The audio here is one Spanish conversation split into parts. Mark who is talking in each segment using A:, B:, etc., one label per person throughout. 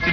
A: The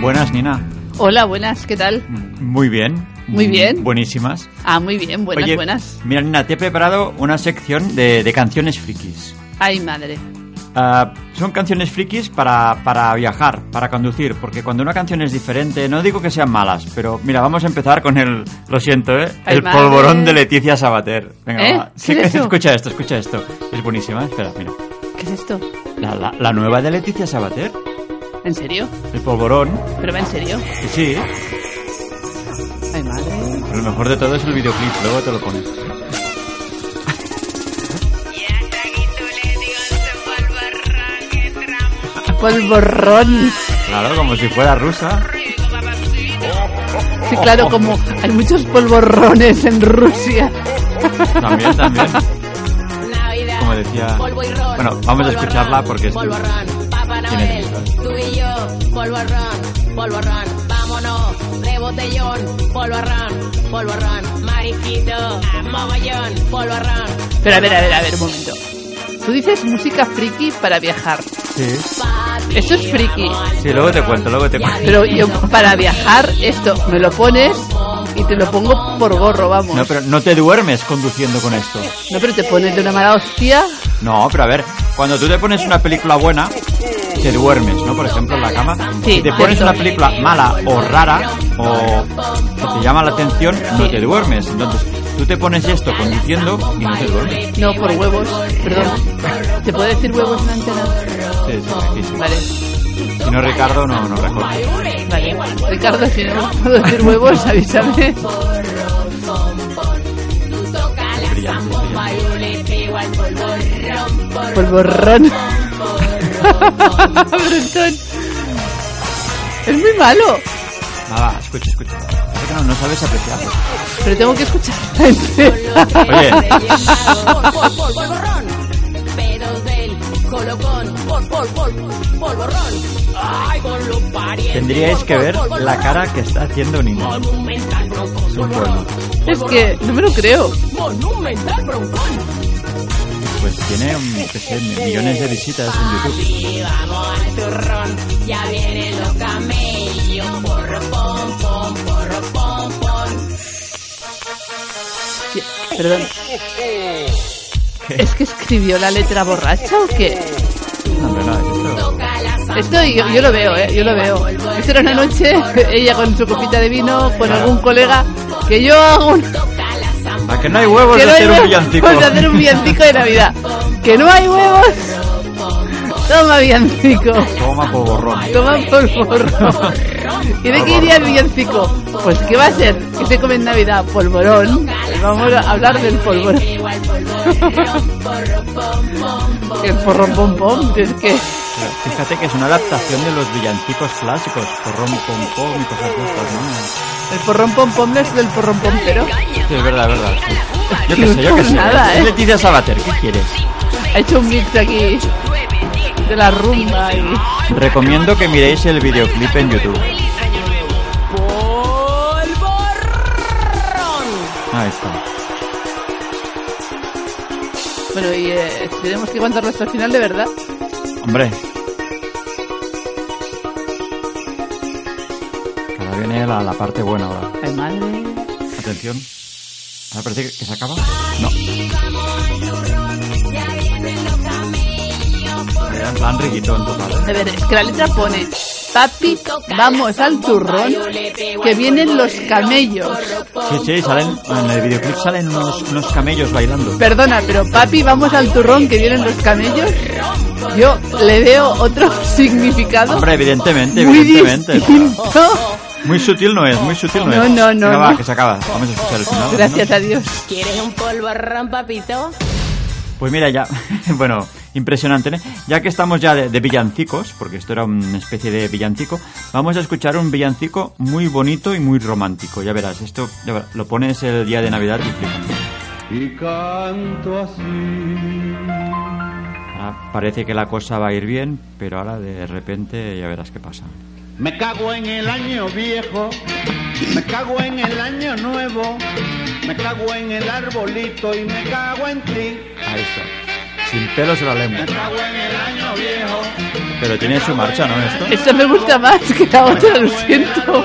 B: Buenas, Nina.
C: Hola, buenas, ¿qué tal?
B: Muy bien.
C: Muy bien.
B: Buenísimas.
C: Ah, muy bien, buenas,
B: Oye,
C: buenas.
B: Mira, Nina, te he preparado una sección de, de canciones frikis.
C: Ay, madre.
B: Ah, son canciones frikis para, para viajar, para conducir, porque cuando una canción es diferente, no digo que sean malas, pero mira, vamos a empezar con el, lo siento, ¿eh?
C: Ay,
B: el
C: madre.
B: polvorón de Leticia Sabater. Venga,
C: ¿Eh?
B: va.
C: ¿Qué
B: Sí,
C: es
B: que-
C: eso?
B: escucha esto, escucha esto. Es buenísima, espera, mira.
C: ¿Qué es esto?
B: La, la- la nueva de Leticia Sabater,
C: ¿En serio?
B: el polvorón,
C: ¿Pero va en serio?
B: que sí,
C: Ay, madre.
B: pero lo mejor de todo es el videoclip, luego te lo pones.
C: ¡Polvorrón!
B: Claro, como si fuera rusa.
C: Sí, claro, como hay muchos polvorrones en Rusia.
B: También, también. Como decía.
D: Polvo y ron.
B: Bueno, vamos a
D: Polvo
B: escucharla
D: ron,
B: porque es.
D: Polvo ron, Papá
B: Tiene
D: Noel,
B: sentido.
D: tú y yo, polvo ron, polvo ron, vámonos, de botellón, polvo ron, polvo ron, mariquito, a mogollón, polvo ron,
C: Pero a ver, a ver, a ver, un momento. Tú dices música friki para viajar.
B: Sí.
D: papi.
C: Eso es friki.
B: Sí, luego te cuento, luego te cuento.
C: Pero yo para viajar esto me lo pones y te lo pongo por gorro, vamos.
B: No, pero no te duermes conduciendo con esto.
C: No, pero te pones de una mala hostia.
B: No, pero a ver, cuando tú te pones una película buena, te duermes, ¿no? Por ejemplo, en la cama.
C: Sí,
B: si te pones
C: cierto.
B: una película mala o rara o que te llama la atención, no te duermes. Entonces, tú te pones esto conduciendo y no te duermes.
C: No, por huevos. Perdón. ¿Te puedo decir huevos en antena?
B: Sí, sí, aquí sí.
C: Vale.
B: Si no, Ricardo no, no recorta.
C: Vale. Ricardo, si no puedo decir huevos, avísame.
B: Brillante, brillante.
C: Polvorrón. Brentón. Es muy malo.
B: Nada, escucha, escucha. Es que no, no sabes apreciarlo.
C: Pero tengo que escuchar la entera.
B: Oye,
D: Pol- pol- polvo ron, pedos del colocón, pol, pol, pol, polvo ron, ay, con los parientes,
B: tendríais que
D: pol-
B: ver
D: pol-
B: la cara que está haciendo Nina.
D: Monumental broncón,
B: Es un pueblo.
C: Es que no me lo creo.
D: monumental broncón.
B: Pues tiene mm, qué sé, millones de visitas en YouTube.
D: Y vamos al turrón, ya vienen los camellos, porro pom pom, porro pom pom.
C: Sí, Perdón. ¿Es que escribió la letra borracha o qué?
B: No, pero nada, esto-
C: Esto yo, yo lo veo, ¿eh? Yo lo veo. Esto era una noche, ella con su copita de vino, con algún colega, que yo hago un...
B: A que no hay huevos
C: que
B: de
C: no hay
B: hacer un
C: huevos,
B: villancico.
C: vamos a hacer un villancico de Navidad. Que no hay huevos. Toma villancico.
B: Toma polvorrón.
C: Toma polvorón. ¿Y de qué iría el villancico? Pues ¿qué va a ser? Que se come en Navidad? Polvorón. Vamos a hablar del polvorón. El porrón pom pom, que es que...
B: Pero Fíjate que es una adaptación de los villancicos clásicos. Porrón, pom, pom y cosas de estas, ¿no?
C: El porrón pom pom no es del porrón pompero.
B: Sí, es verdad, es verdad. sí. Yo qué sé, yo qué sé.
C: Nada,
B: Es
C: ¿eh?
B: Leticia Sabater, ¿qué quieres?
C: Ha hecho un mix aquí de la rumba y...
B: Recomiendo que miréis el videoclip en YouTube. Ahí está.
C: Bueno, y eh, tenemos que aguantarlo hasta el final de verdad.
B: Hombre. Ahora viene la, la parte buena ahora.
C: Ay, madre.
B: Atención. Ahora parece que que se acaba. No. Era en plan riguitón total. ¿eh?
C: A ver, es que la letra pone, papi, vamos al turrón, que vienen los camellos.
B: Sí, sí, salen, en el videoclip salen unos, unos camellos bailando.
C: Perdona, pero papi, vamos al turrón, que vienen los camellos. Yo le veo otro significado
B: Hombre, evidentemente,
C: muy
B: evidentemente.
C: distinto.
B: Muy sutil no es, muy sutil no,
C: No,
B: es.
C: no, no,
B: Venga, va,
C: no.
B: que se acaba. Vamos a escuchar el final.
C: Gracias
B: ¿no?
C: a Dios.
D: ¿Quieres un polvorrón, papito?
B: Pues mira, ya. bueno, Impresionante, ¿eh? Ya que estamos ya de, de villancicos, porque esto era una especie de villancico, vamos a escuchar un villancico muy bonito y muy romántico. Ya verás, esto ya verás, lo pones el día de Navidad y flipas.
E: Y canto así.
B: Ahora parece que la cosa va a ir bien, pero ahora de repente ya verás qué pasa.
E: Me cago en el año viejo, me cago en el año nuevo, me cago en el arbolito y me cago en ti.
B: Ahí está. Sin pelos en la lengua.
E: Me cago en el año viejo.
B: Pero tiene su marcha, ¿no? Esto.
C: Esta me gusta más que la otra, lo siento.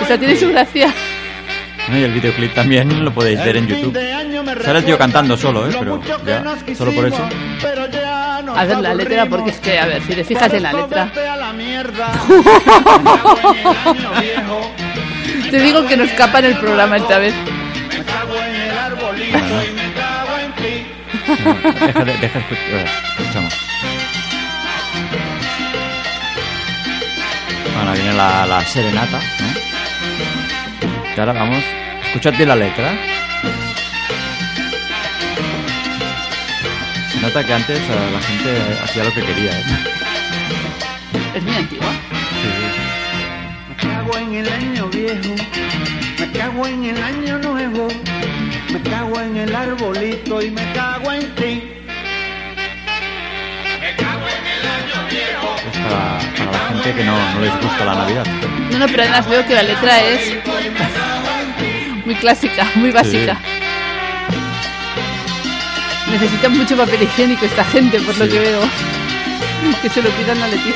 C: Esta tiene su gracia.
B: Bueno, y el videoclip también lo podéis ver en YouTube. Sale el tío cantando solo, ¿eh? Pero ya, solo por eso.
C: A ver la letra, porque es que, a ver, si te fijas en la letra. Te digo que nos escapa en el programa esta vez.
B: Deja, de- deja escuchar. Escuchamos. Bueno, viene la, la serenata, ¿no? Y ahora vamos. Escuchad bien la letra. Se nota que antes eh, la gente hacía lo que quería, ¿eh?
C: Es muy antigua.
E: Me cago en el año viejo, me cago en el año nuevo, me cago en el arbolito y me cago en ti.
B: Es para, para la gente que no, no les gusta la Navidad.
C: No, no, pero además veo que la letra es muy clásica, muy básica. Necesitan mucho papel higiénico esta gente, por lo
B: Sí.
C: que veo. Que se lo pidan a Leticia.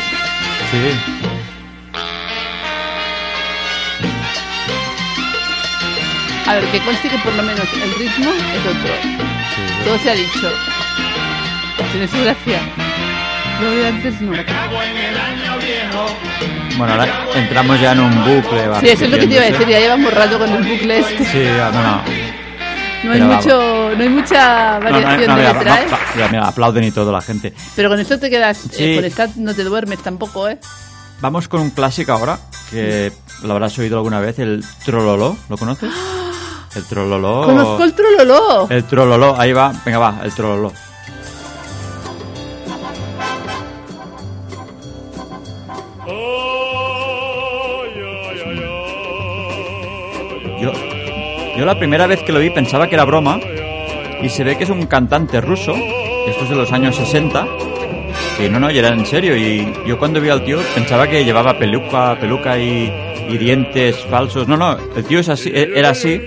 B: Sí.
C: A ver, que conste que por lo menos el ritmo es otro.
B: sí.
C: Todo se ha dicho. Tiene su gracia. Lo de antes no.
B: Ah, Bueno, ahora entramos ya en un bucle. va
C: Sí, eso es lo que te iba a
B: repitiéndose.
C: decir. Ya llevamos rato con el bucle este.
B: Sí, ah, no, no.
C: No hay,
B: Pero
C: mucho, no hay mucha
B: No, no, no,
C: variación
B: no,
C: de
B: mira,
C: letra, ¿eh?
B: no, mira, mira, aplauden y todo la gente.
C: Pero con esto te quedas.
B: Sí.
C: eh, con esta no te duermes tampoco, ¿eh?
B: Vamos con un clásico ahora, que lo habrás oído alguna vez, el trololó. ¿Lo conoces? El trololó.
C: Conozco el trololó.
B: El trololó, ahí va. Venga, va, el trololó. Yo, yo la primera vez que lo vi pensaba que era broma y se ve que es un cantante ruso, esto es de los años 60, que no, no, y era en serio. Y yo cuando vi al tío pensaba que llevaba peluca, peluca y, y dientes falsos. No, no, el tío es así, e- era así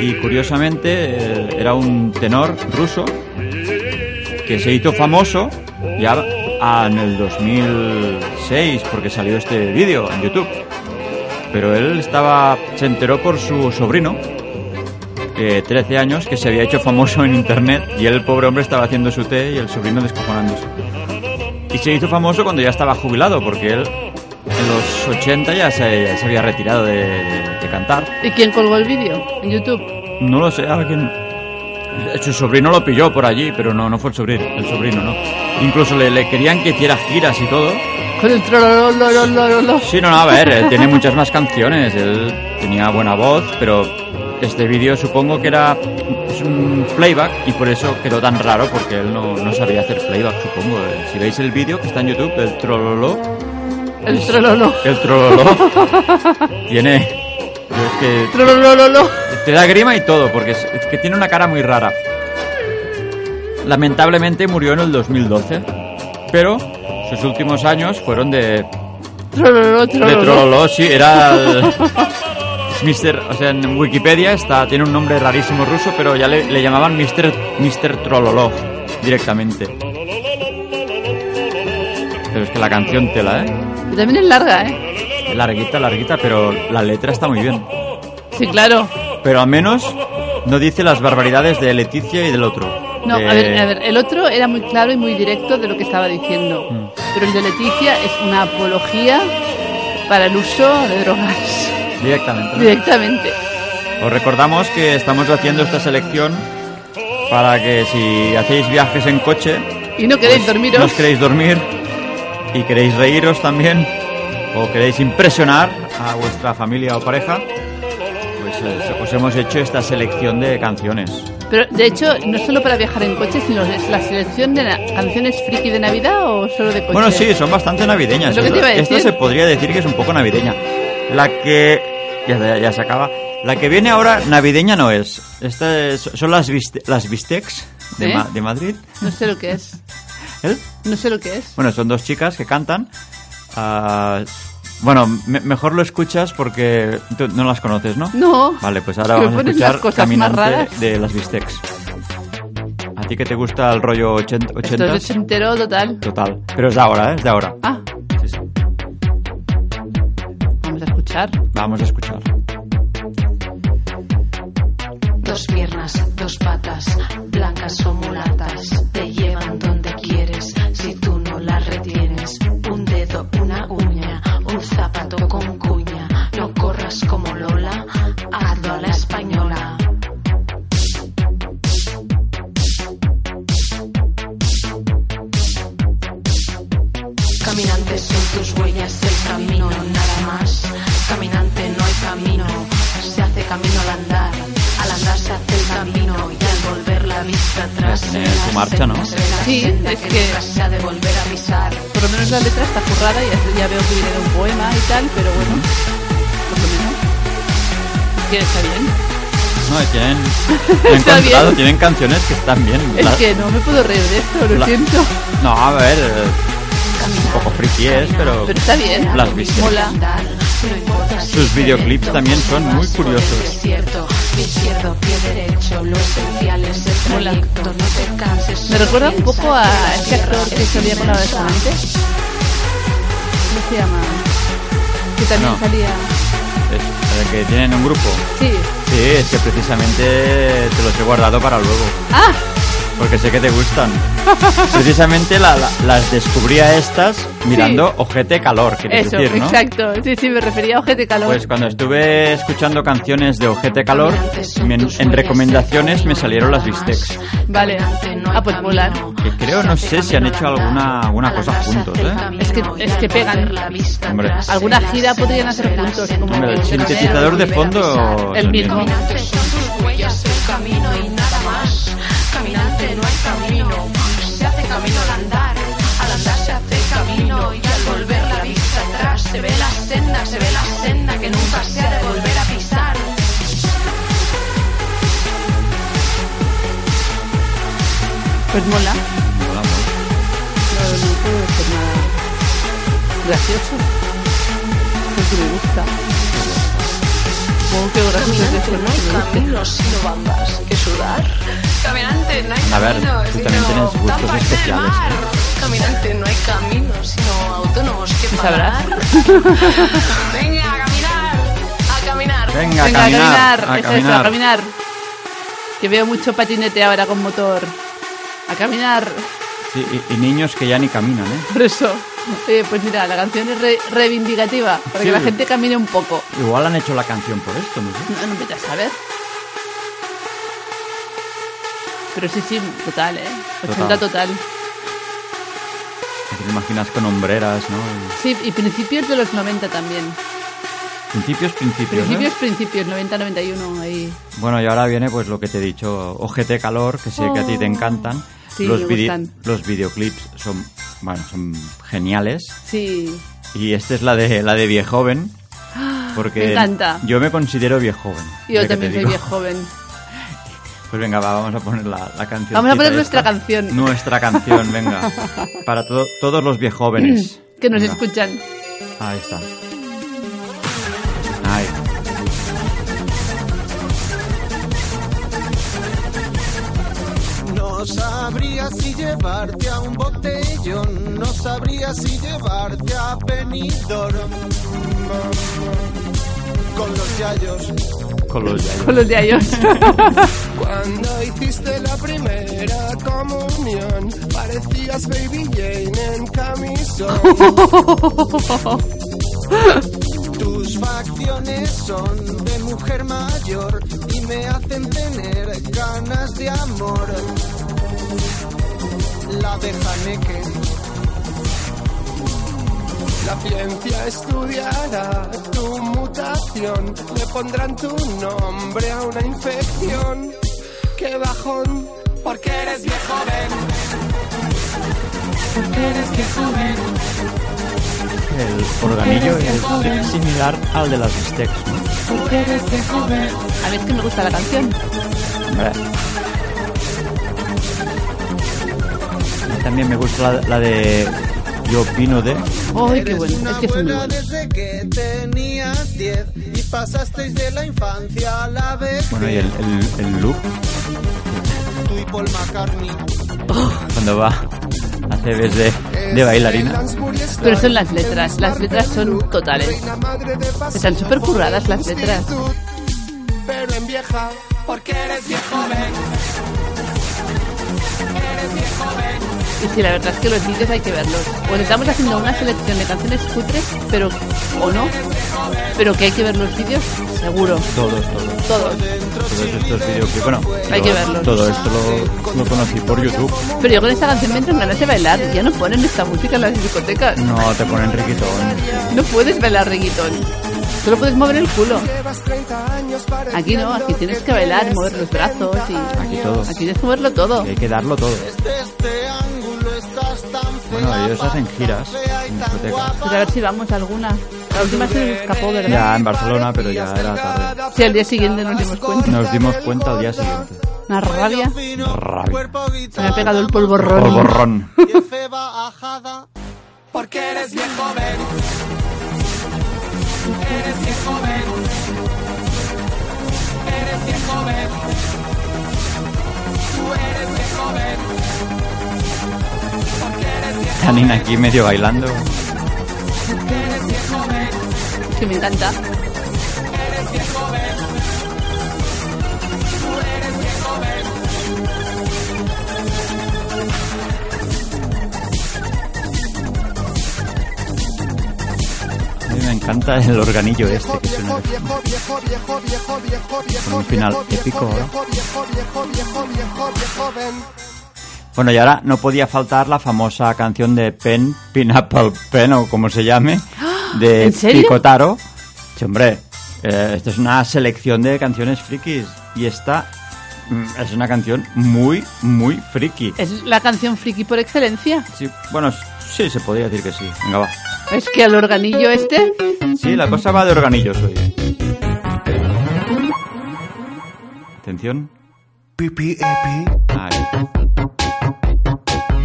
B: y curiosamente eh, era un tenor ruso que se hizo famoso ya ah, en el 2006 porque salió este vídeo en YouTube. Pero él estaba se enteró por su sobrino eh, 13 años que se había hecho famoso en internet y el pobre hombre estaba haciendo su té y el sobrino descojonándose. Y se hizo famoso cuando ya estaba jubilado porque él en los 80 ya se, ya se había retirado de- de- de cantar.
C: ¿Y quién colgó el vídeo? En YouTube.
B: No lo sé, alguien. Su sobrino lo pilló por allí, pero no, no fue el sobrino, el sobrino, no. Incluso le, le querían que hiciera giras y todo.
C: Con el trolololololololo.
B: Sí, no, no, a ver, él tiene muchas más canciones, él tenía buena voz, pero este vídeo supongo que era es un playback y por eso quedó tan raro, porque él no, no sabía hacer playback, supongo. Eh, Si veis el vídeo que está en YouTube, el trololo,
C: El trololo.
B: el trololo, tiene... yo es que
C: Trololololo.
B: Te da grima y todo, porque es, es que tiene una cara muy rara. Lamentablemente murió en el 2012, pero sus últimos años fueron de, de
C: Trololo, trololo.
B: trololó, sí, era el- Mister, o sea, en Wikipedia está, tiene un nombre rarísimo ruso, pero ya le, le llamaban Mister, Mister Trololó directamente. Pero es que la canción tela, ¿eh?
C: Pero También es larga, ¿eh?
B: Larguita, larguita, pero la letra está muy bien.
C: Sí, claro.
B: Pero al menos no dice las barbaridades de Leticia y del otro.
C: No,
B: De-
C: a ver, a ver, el otro era muy claro y muy directo de lo que estaba diciendo. Pero el de Leticia es una apología para el uso de drogas.
B: Directamente. ¿no?
C: Directamente.
B: Os recordamos que estamos haciendo esta selección para que si hacéis viajes en coche,
C: Y no queréis
B: pues,
C: dormiros.
B: no os queréis dormir y queréis reíros también o queréis impresionar a vuestra familia o pareja, pues pues eh, os hemos hecho esta selección de canciones.
C: Pero de hecho, no es solo para viajar en coche, sino es la selección de na- canciones friki de Navidad o solo de coche.
B: Bueno, sí, son bastante navideñas.
C: Es lo que te iba a
B: Esta
C: decir.
B: se podría decir que es un poco navideña. La que... Ya, ya, ya se acaba. La que viene ahora navideña no es. Esta es- son las, biste- las bistecs de,
C: ¿Eh?
B: Ma- de Madrid.
C: No sé lo que es.
B: ¿El?
C: No sé lo que es.
B: Bueno, son dos chicas que cantan. Ah, bueno, me- mejor lo escuchas porque tú no las conoces, ¿no?
C: No.
B: Vale, pues
C: Es
B: ahora
C: que me
B: vamos a
C: pones
B: escuchar
C: las cosas
B: Caminante
C: más raras.
B: de las bistecs. ¿A ti que te gusta el rollo 80?
C: Esto es ochentero total.
B: Total. Pero es de ahora, ¿eh? Es de ahora.
C: Ah,
B: Sí, sí.
C: vamos a escuchar.
B: Vamos a escuchar.
F: Dos piernas, dos patas, blancas o mulatas, te llevan donde quieres si tú no las retienes. Un dedo, una uña, un zapato con cuña, no corras como Lola, hazlo a la española. Caminantes son tus huellas, el camino, nada más. Caminante no hay camino, se hace camino al andar. Al andar se hace el camino y al volver la vista atrás.
B: Tiene su marcha, ¿no?
C: Sí, es que-
F: Se ha de volver a pisar.
C: Por lo menos la letra está currada, ya, ya veo que viene de un poema y tal, pero bueno. Por lo menos. Que está bien.
B: No, y tienen, he
C: Está
B: encontrado,
C: bien.
B: tienen canciones que están bien. La-
C: Es que no me puedo reír de esto, lo
B: la-
C: siento.
B: No, a ver, eh,
F: Caminar,
B: poco friki es, pero
C: Pero está bien.
B: Las viste.
C: Mola.
F: andar, no importa si
B: Sus
F: es
B: videoclips
F: lento,
B: también son muy
F: vas por el
B: curiosos.
F: Desierto, pie izquierdo, pie derecho, lo esencial es el
C: Mola.
F: trayecto, no te canses.
C: Me recuerda un
F: solo
C: poco
F: piensa
C: a
F: que la
C: este actor
F: tierra
C: que
F: es
C: salía con la vez
F: inmensa.
C: antes. ¿Cómo se llama? Que también
B: No.
C: salía.
B: es- eh, que tienen un grupo.
C: Sí.
B: Sí, es que precisamente te los he guardado para luego,
C: ¡Ah!
B: porque sé que te gustan. Precisamente la- la- las descubrí a estas mirando Ojete Calor, quieres
C: Eso,
B: decir, ¿no?
C: exacto. Sí, sí, me refería a Ojete Calor.
B: Pues cuando estuve escuchando canciones de Ojete Calor, me- en recomendaciones me salieron las bistecs.
C: Vale. Ah, pues molan.
B: Que creo, no sé si han hecho alguna, alguna cosa juntos, ¿eh?
C: Es que- es que pegan.
B: Hombre.
C: Alguna gira podrían hacer juntos. Como
B: Hombre, el
C: que-
B: sintetizador de fondo...
C: El
B: es
C: mismo.
F: Caminantes son tus huellas, el camino y nada más. Caminante no hay camino, se hace camino al andar. Al andar se hace camino y al volver la vista atrás se ve la senda, se ve la senda que nunca se ha de volver a pisar.
C: Pues mola.
B: Mola mucho.
C: No, no puedo decir nada gracioso. Porque me gusta. Supongo que gracioso es eso, ¿no? Que me guste.
F: sino bambas que sudar. Caminante no hay
B: A ver,
F: camino,
B: tú también
F: sino
B: tienes gustos
F: tapas del
B: especiales,
F: mar. Caminante no hay camino, sino autónomos que
C: sabrás.
F: pagar. Venga, a caminar, a caminar.
B: Venga,
C: Venga, a
B: caminar,
C: caminar.
B: a
C: Eso, eso, a
B: caminar.
C: caminar. Que veo mucho patinete ahora con motor. A caminar.
B: Sí, y, y niños que ya ni caminan, ¿eh?
C: Por eso. Oye, pues mira, la canción es re- reivindicativa. Para
B: Sí.
C: que la gente camine un poco.
B: Igual han hecho la canción por esto, no sé.
C: No, no vete a saber. Pero sí, sí, total, ¿eh? 80 total.
B: Te lo imaginas con hombreras, ¿no? Y
C: Sí, y principios de los 90 también.
B: Principios, principios. ¿no?
C: Principios, principios, 90-91 ahí.
B: Bueno, y ahora viene pues lo que te he dicho, Ojete Calor, que sé que a ti te
C: Oh.
B: encantan.
C: Sí,
B: los,
C: me
B: vide-
C: gustan.
B: los videoclips son, bueno, son geniales.
C: Sí.
B: Y esta es la de la de Viejoven. Porque
C: me encanta.
B: yo me considero viejoven.
C: Yo
B: ya que te
C: también soy
B: digo.
C: bien joven.
B: Pues venga, va, vamos a poner la, la canción.
C: Vamos a poner nuestra canción.
B: Nuestra canción, venga. Para todo- todos los viejóvenes.
C: Que nos
B: Venga.
C: escuchan.
B: Ahí está. Ahí.
G: No sabría si llevarte a un botellón, no sabría si llevarte a Benidorm. Con los yayos.
B: Con los yayos.
C: Con los de Ayos.
G: Cuando hiciste la primera comunión, parecías Baby Jane en camisón. Tus facciones son de mujer mayor y me hacen tener ganas de amor. La de Haneke. La ciencia estudiará tu mutación. Le pondrán tu nombre a una infección. Qué bajón, porque eres viejo ven. Porque eres viejo ven.
B: El organillo es similar al de las bistecs.
G: Porque eres viejo ven.
C: A mí es que me gusta la canción.
B: Hombre. También me gusta la, la de Yo opino de
C: ¡Ay, qué bueno! Es que es muy bueno.
G: desde que tenías 10 y pasasteis de la infancia a la vez.
B: Bueno, y el, el, el loop
G: Tú y Paul McCartney.
B: cuando va hace vez de, de bailarina.
C: Pero son las letras, las letras son totales. Están súper curradas las letras.
G: Pero en vieja, porque eres viejo, ven. Eres viejo, ven.
C: Y sí, la verdad es que los vídeos hay que verlos. Pues estamos haciendo una selección de canciones cutres, pero o no, pero que hay que ver los vídeos, seguro.
B: Todos, todos.
C: Todos.
B: Todos estos videoclips, bueno,
C: Hay
B: yo
C: que verlos.
B: todo esto lo, lo conocí por YouTube.
C: Pero yo con esta canción me entran ganas de bailar. Ya no ponen esta música en las discotecas.
B: No, te ponen riquitón.
C: No puedes bailar reggaetón. Solo puedes mover el culo. Aquí no, aquí tienes que bailar, mover los brazos y...
B: Aquí todo.
C: Aquí tienes que moverlo todo.
B: Y hay que darlo todo.
G: Este ángulo estás tan
B: Bueno, ellos hacen giras en discotecas.
C: Pues a ver si vamos a alguna. La última se nos escapó, ¿verdad?
B: Ya en Barcelona, pero ya era tarde.
C: Si al día siguiente nos dimos cuenta.
B: Nos dimos cuenta al día siguiente.
C: Una rabia.
B: Rabia.
C: Se me ha pegado el polvorrón.
B: Por borrón.
G: bajada. Porque eres viejo ven. Eres viejo ven. Eres viejo ven. Tú eres viejo ven. Porque eres viejo
B: Tanin aquí medio bailando.
C: Es que me encanta.
B: A mí me encanta el organillo este, que suena
G: viejo viejo viejo viejo viejo viejo viejo.
B: con un final épico. ¿eh?
G: Viejo viejo viejo viejo viejo viejo ven.
B: Bueno, y ahora no podía faltar la famosa canción de Pen, Pineapple Pen, o como se llame, de
C: ¿En serio?
B: Picotaro. Sí, hombre, eh, esto es una selección de canciones frikis. Y esta mm, es una canción muy, muy friki.
C: Es la canción friki por excelencia.
B: Sí, bueno, sí, se podría decir que sí. Venga, va.
C: Es que al organillo este.
B: Sí, la cosa va de organillos hoy. Atención.
H: Pipi epi.
B: Ahí.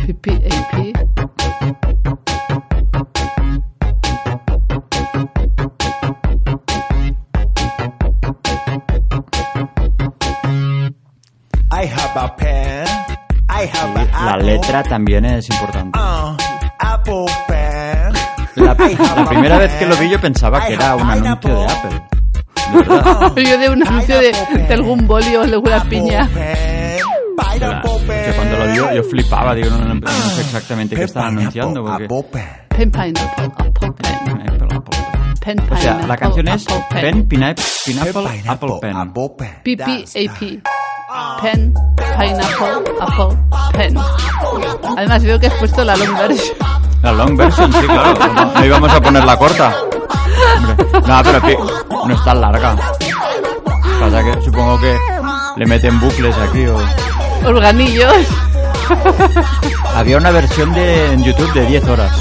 C: Pipi, epi.
H: I have a pen. I have a
B: La
H: apple.
B: letra también es importante.
H: Uh, apple pen.
B: La,
H: I have
B: la
H: a
B: primera
H: pen.
B: vez que lo vi yo pensaba que
H: I
B: era
H: have
B: un anuncio de
H: pineapple.
B: Apple. De verdad.
C: Yo de un anuncio de, de algún bolio o de alguna piña.
H: Pen. Pineapple
B: O sea,
H: pen.
B: cuando lo vio yo flipaba, digo, no, no, no sé exactamente qué estaban anunciando porque...
H: Apple pen.
C: Pen pineapple, apple pen, pen
B: O sea,
C: pineapple,
B: la canción es
C: apple eh.
B: Pen, Pineapple, Pineapple,
H: Pineapple,
B: Apple Pen.
H: Apple pen.
C: Pipi, AP. Pen,
B: Ah.
C: pineapple, apple, pen. Además veo que has puesto la long version.
B: La long version, sí, claro. No, no íbamos a poner la corta. Hombre, No, pero pi- no es tan larga. Pasa que supongo que le meten bucles aquí o...
C: Organillos.
B: Había una versión de, en YouTube de 10 horas,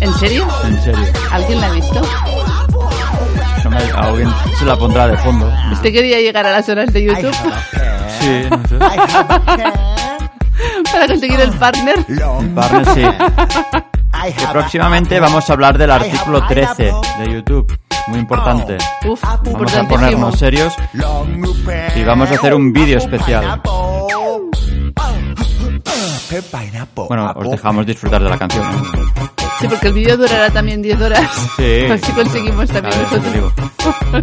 C: ¿En serio?
B: en serio.
C: ¿Alguien la ha visto?
B: No me- alguien se la pondrá de fondo.
C: ¿Usted quería llegar a las horas de YouTube
B: Sí, no sé.
C: para conseguir el partner?
H: Long.
B: Barnes, sí.
H: I
B: Que
H: have
B: próximamente vamos a hablar del artículo 13 de YouTube. Muy importante.
C: Uf,
B: Vamos a
C: importantísimo.
B: ponernos eh. serios
H: a long new pen.
B: y vamos a hacer un vídeo especial.
H: Pineapple. Pen, pineapple.
B: Bueno, os
H: apple
B: dejamos disfrutar de la canción. ¿no?
C: Sí, porque el vídeo durará también 10 horas.
B: Sí.
C: A ver si conseguimos también
B: A ver,
C: nosotros
B: digo.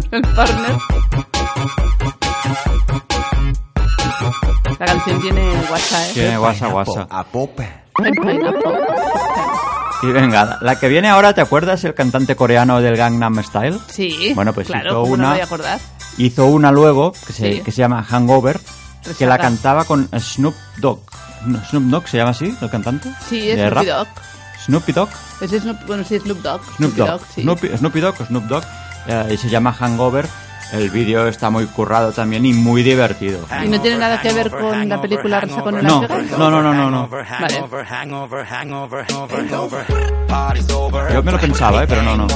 C: el partner. La canción tiene WhatsApp, ¿eh?
B: Tiene guasa guasa.
H: Apple, apple pen.
C: El pineapple.
B: Y venga, la- la que viene ahora, ¿te acuerdas? El cantante coreano del Gangnam Style.
C: Sí.
B: Bueno, pues
C: claro,
B: hizo
C: ¿cómo No
B: una-
C: me voy a acordar.
B: Hizo una luego que se,
C: Sí.
B: que se llama Hangover, que la
C: Resaca.
B: cantaba con Snoop Dogg. No, ¿Snoop Dogg se llama así, el cantante?
C: Sí, es
B: De
C: un
B: rap.
C: Dogg.
B: Snoopy Dogg.
C: Ese Snoop, bueno, sí, Snoop Dogg.
B: Snoop Dogg.
C: sí.
B: Snoopy- Snoopy Dogg, Snoop Dogg. eh, y se llama Hangover. El vídeo está muy currado también y muy divertido.
C: ¿Y no tiene nada que ver con la película Rosa con Las
B: No,
C: Vegas?
B: no, no, no, no, no.
C: Vale.
B: Yo me lo pensaba, eh, pero no, no.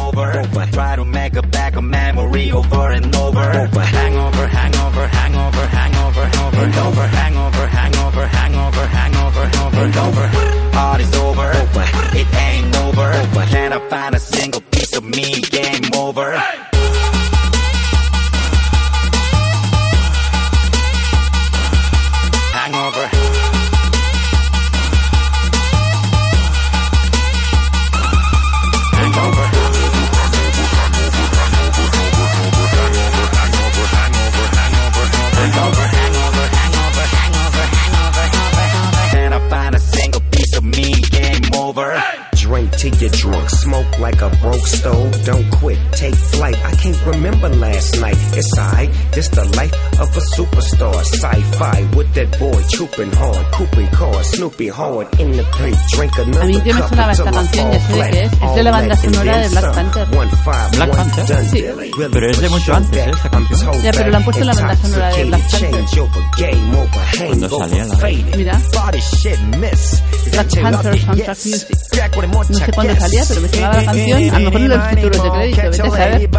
I: Drink till you're drunk, smoke like a broke stove. Don't quit, take flight. I can't remember last night. It's I, this the life of a superstar. Sci-fi with that boy trooping hard, cooping cars, Snoopy hard in the paint. Drink
C: A
I: another
C: mí que me
I: cup
C: sonaba esta
I: until I
C: canción, ya
I: fall
C: sé de
I: flat.
C: qué es. Es de la
I: All
C: banda
I: that and
C: sonora
I: then
C: de Black
I: some.
C: Panther.
I: One five,
B: Black
I: one
B: Panther?
I: done
C: Sí.
I: deal. Really
B: Pero es de
I: for
B: mucho
I: sure
B: antes,
I: that
B: ¿eh? Esta
I: I'm
B: canción.
I: told
C: Ya, pero le han puesto la banda sonora de Black
I: Intoxicated,
C: Panther.
I: change over, game over, hangover,
B: salía la-
I: faded.
C: Mira.
I: Body shit miss.
C: Black Panther Soundtrack Music. No sé cuándo salía, pero me sonaba la canción. A lo mejor en los títulos de crédito, vete a saber.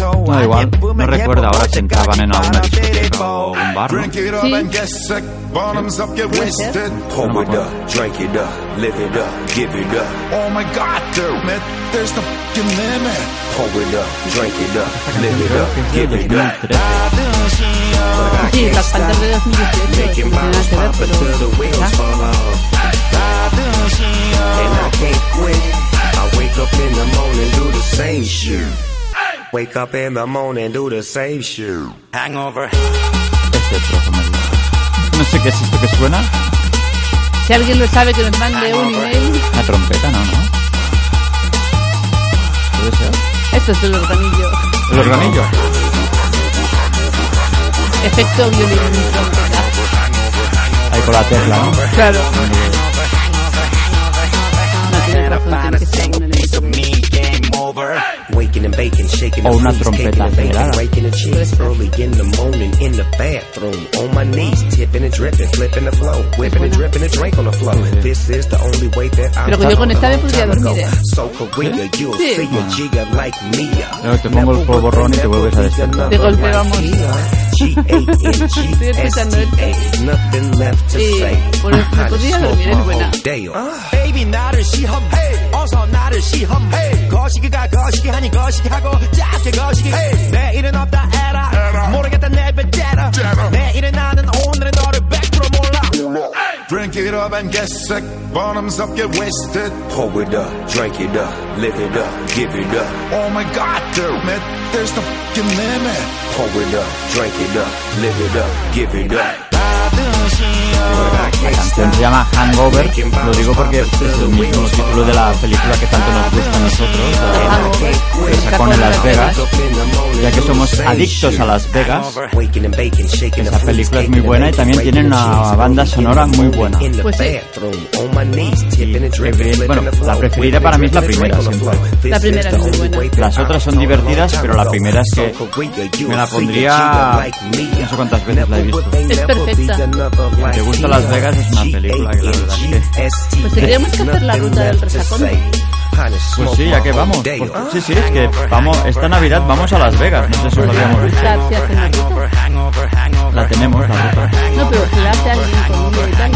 B: No, igual, no recuerdo ahora si entraban en alguna discoteca o un bar. ¿no?
C: Sí. Puede ser.
I: Pour it up, drink it up, live it up, give it up. Oh Pour it up, drink it up, live it up, give it up.
B: 2013.
C: Sí, Black Panther de 2018. No tiene
I: Making
C: nada
I: bottles
C: que ver,
I: pop
C: pero...
I: until the wheels
C: ¿verdad?
I: fall off. And I can't quit. I wake up in the morning, do the same shit. Wake up in the morning, do the same shit.
B: Este trozo me gusta. No sé qué es esto que suena.
C: Si alguien lo sabe, que nos mande un email.
B: Una trompeta, no, no. Puede ser.
C: Esto es el organillo.
B: El organillo.
C: Efecto violín.
B: Ahí con la tecla, ¿no?
C: Claro. No tiene razón, tiene que ser un elemento.
I: Waking and baking, shaking
B: O
I: the
B: Oh, una
I: fleas,
B: trompeta
I: caking and baking,
B: acelerada.
I: raking the cheese. Early in the morning in the bathroom, on my knees, tipping and dripping, flipping the flow, whipping and dripping and drink on the flow. This is the only way that I'm
C: Pero que yo con esta me podría dormir, ¿eh?
I: So Korea, you'll
C: Sí.
I: see a giga like me.
B: Yo Ah. te pongo el polvo ron y te vuelves a despertar.
C: De golpe vamos.
I: G-A-N-G-S-T-A,
C: escuchando esto.
I: nothing left to
C: Sí,
I: say. Oh,
C: por eso me podría dormir, es buena.
I: Dale.
B: Ah.
J: Baby 나를 시험해 어서 나를 시험해 거시기가 거시기하니 거시기하고 작게 거시기 내일은 없다 에라, 모르겠다 내 배째라 내일은 나는 오늘의 너를 100% 몰라
I: Pour it up, drink it up, live it up, give it up. Oh my god, damn it, there's the fucking limit. Pour it up, drink it up, live it up, give it up.
B: La canción se llama Hangover. Lo digo porque Este es el mismo título de la película que tanto nos gusta a nosotros. la-
C: Hangover.
B: Que sacó en Las Vegas. Ya que somos adictos a Las Vegas.
I: Esa
B: película es muy buena y también tiene una banda sonora muy buena.
C: Pues sí.
B: Y, bueno, la preferida para mí es la primera, siempre.
C: La primera es muy buena.
B: Las otras son divertidas, pero la primera es que me la pondría no sé cuántas veces la he visto.
C: Es perfecta.
I: Si
B: te gusta Las Vegas, es una película que la verdad es
C: Pues tendríamos que hacer la ruta del resacón.
B: Pues sí, ya que vamos. Pues sí, sí, es que vamos, esta Navidad vamos a Las Vegas. No sé si os lo habíamos dicho.
C: Claro, sí hacen la ruta.
B: La tenemos, la ruta.
C: No, pero que la hace alguien con un y tal.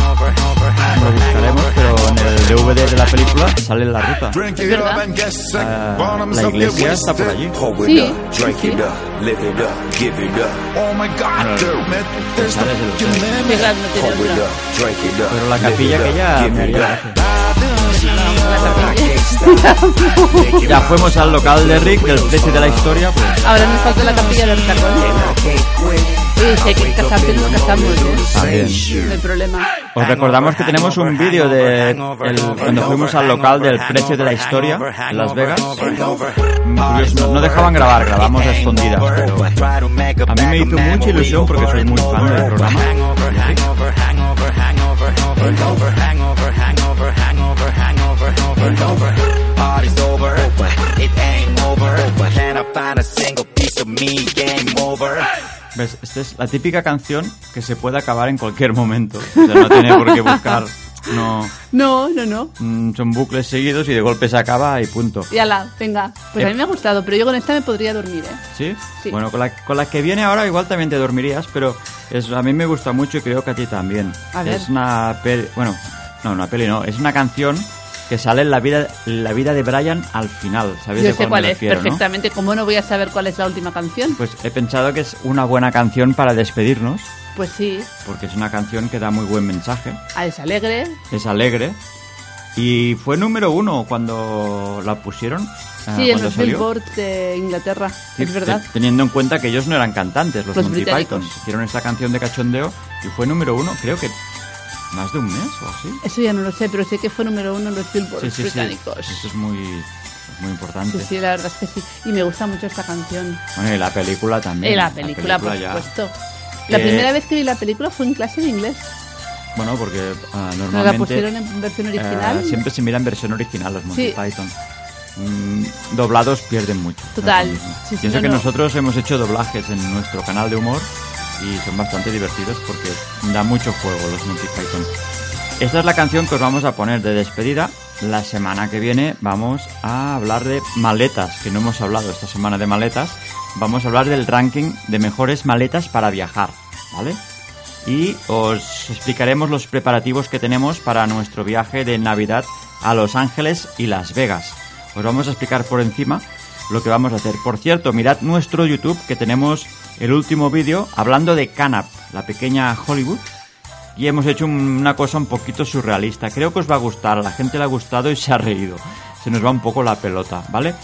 B: Lo buscaremos, pero en el DVD de la película sale la ruta.
C: Es verdad.
B: Ah, la iglesia está por allí.
C: Sí, sí.
B: Está desde los tres.
C: Que claro, no
I: Oh
C: tiene otra.
B: Pero la capilla que ya me haría gracia. Ya fuimos al local de Rick, del precio de la historia. Pues,
C: Ahora nos falta la capilla del resacón. Uy, si hay que casarse, nos casamos, ¿eh?
B: también.
C: No hay problema.
B: Os recordamos que tenemos un vídeo de el- cuando fuimos al local del precio de la historia en Las Vegas. Pues No, no dejaban grabar, grabamos a escondidas. Pero a mí me hizo mucha ilusión porque soy muy fan del programa.
I: find a single piece of me, game over.
B: ¿Ves? Esta es la típica canción que se puede acabar en cualquier momento. O sea, no tiene por qué buscar. No,
C: No, no, no.
B: mm, son bucles seguidos y de golpe se acaba y punto.
C: Y ala, venga. Pues a
B: Eh.
C: mí me ha gustado, pero yo con esta me podría dormir, ¿eh?
B: ¿Sí?
C: Sí.
B: Bueno, con la, con la que viene ahora igual también te dormirías, pero es, a mí me gusta mucho y creo que a ti también.
C: A ver.
B: Es una peli, bueno, no, una peli no, es una canción que sale en la vida, la vida de Brian al final. ¿Sabéis
C: Yo
B: de
C: sé
B: me
C: cuál es
B: refiero, no?
C: perfectamente. ¿Cómo no voy a saber cuál es la última canción?
B: Pues he pensado que es una buena canción para despedirnos,
C: Pues sí,
B: porque es una canción que da muy buen mensaje,
C: a es alegre.
B: es alegre. Y fue número uno cuando la pusieron. ah,
C: Sí, en
B: cuando
C: los
B: salió.
C: Billboard de Inglaterra.
B: Sí,
C: Es verdad.
B: te- Teniendo en cuenta que ellos no eran cantantes, los,
C: Los
B: Monty
C: británicos.
B: Python. Hicieron esta canción de cachondeo y fue número uno, creo que más de un mes o así.
C: Eso ya no lo sé, pero sé que fue número uno en los Billboard
B: Sí, sí,
C: británicos.
B: sí. Eso es muy, es muy importante.
C: Sí, sí, la verdad es que sí. Y me gusta mucho esta canción.
B: Bueno, y la película también.
C: Y Eh, la película, por
B: ya-
C: supuesto. La
B: Eh,
C: primera vez que vi la película fue en clase de inglés.
B: Bueno, porque ah,
C: Nos la
B: normalmente...
C: pusieron en versión
B: eh,
C: original.
B: siempre se mira en versión original los Monty
C: Sí.
B: Python. Mm, doblados pierden mucho. no es lo
C: Total.
B: mismo.
C: Sí, sí,
B: Pienso
C: no,
B: que
C: no.
B: nosotros hemos hecho doblajes en nuestro canal de humor y son bastante divertidos porque da mucho juego los Monty Python. Esta es la canción que os vamos a poner de despedida. La semana que viene vamos a hablar de maletas, que no hemos hablado esta semana de maletas. Vamos a hablar del ranking de mejores maletas para viajar, ¿vale? Y os explicaremos los preparativos que tenemos para nuestro viaje de Navidad a Los Ángeles y Las Vegas. Os vamos a explicar por encima lo que vamos a hacer. Por cierto, mirad nuestro YouTube que tenemos el último vídeo hablando de Canap, la pequeña Hollywood y hemos hecho un- una cosa un poquito surrealista. Creo que os va a gustar, a la gente le ha gustado y se ha reído. Se nos va un poco la pelota, ¿vale?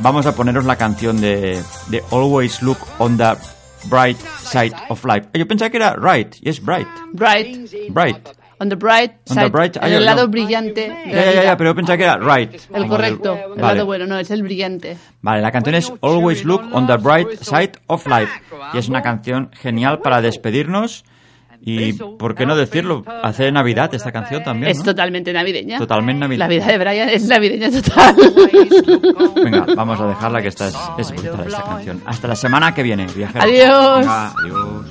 B: Vamos a poneros la canción de, de Always Look on the Bright Side of Life. Yo pensaba que era Right, y es Bright.
C: Bright.
B: Bright.
C: On the bright
B: On the
C: side.
B: bright-
C: en
B: ah,
C: el
B: ya,
C: lado
B: no.
C: brillante. de la
B: Ya, ya, ya,
C: vida.
B: ya, pero yo pensaba que era Right.
C: El
B: como del-
C: correcto, el
B: Vale.
C: lado bueno, no, es el brillante.
B: Vale, la canción es Always Look on the Bright Side of Life. Y es una canción genial para despedirnos. Y, ¿por qué no decirlo? Hace Navidad esta canción también.
C: Es
B: ¿no?
C: totalmente navideña.
B: Totalmente Navidad.
C: La vida de Brian es navideña total.
B: Venga, vamos a dejarla que esta es, es brutal esta canción. Hasta la semana que viene, viajeros.
C: Adiós.
B: Venga, adiós.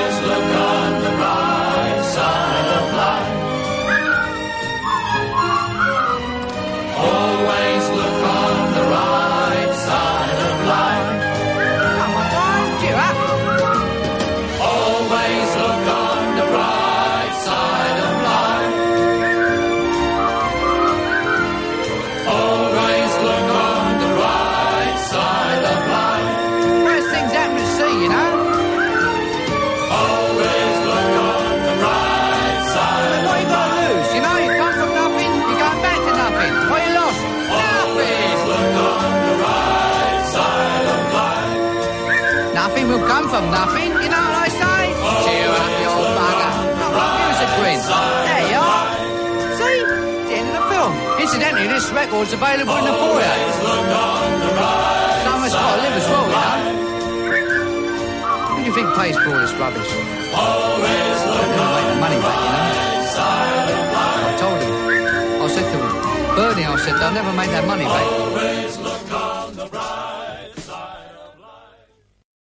K: look on the bright side of life. Always look on the right side of life. Come on, get up. Always look on the bright side of life. Always look on the right side of life. First things happen to see, you know. Always look on the right side. What you got to lose? You know, you come from nothing, you go back to nothing. What you lost? Nothing. look on the right side of life. Nothing will come from nothing. You know what I say? Cheer up, you old bugger. Come on, give us a grin. There you are. See? It's the end of the film. Incidentally, this record's available in the foyer. Always look on the right Someone's got to live as well, you know. Who do you you think pays for all this rubbish?
L: Always
K: They're
L: look on
K: going to make the money back, you know.
L: the side of life.
K: I told him. I said to him, Bernie, I said, they'll never make that money back.
L: Always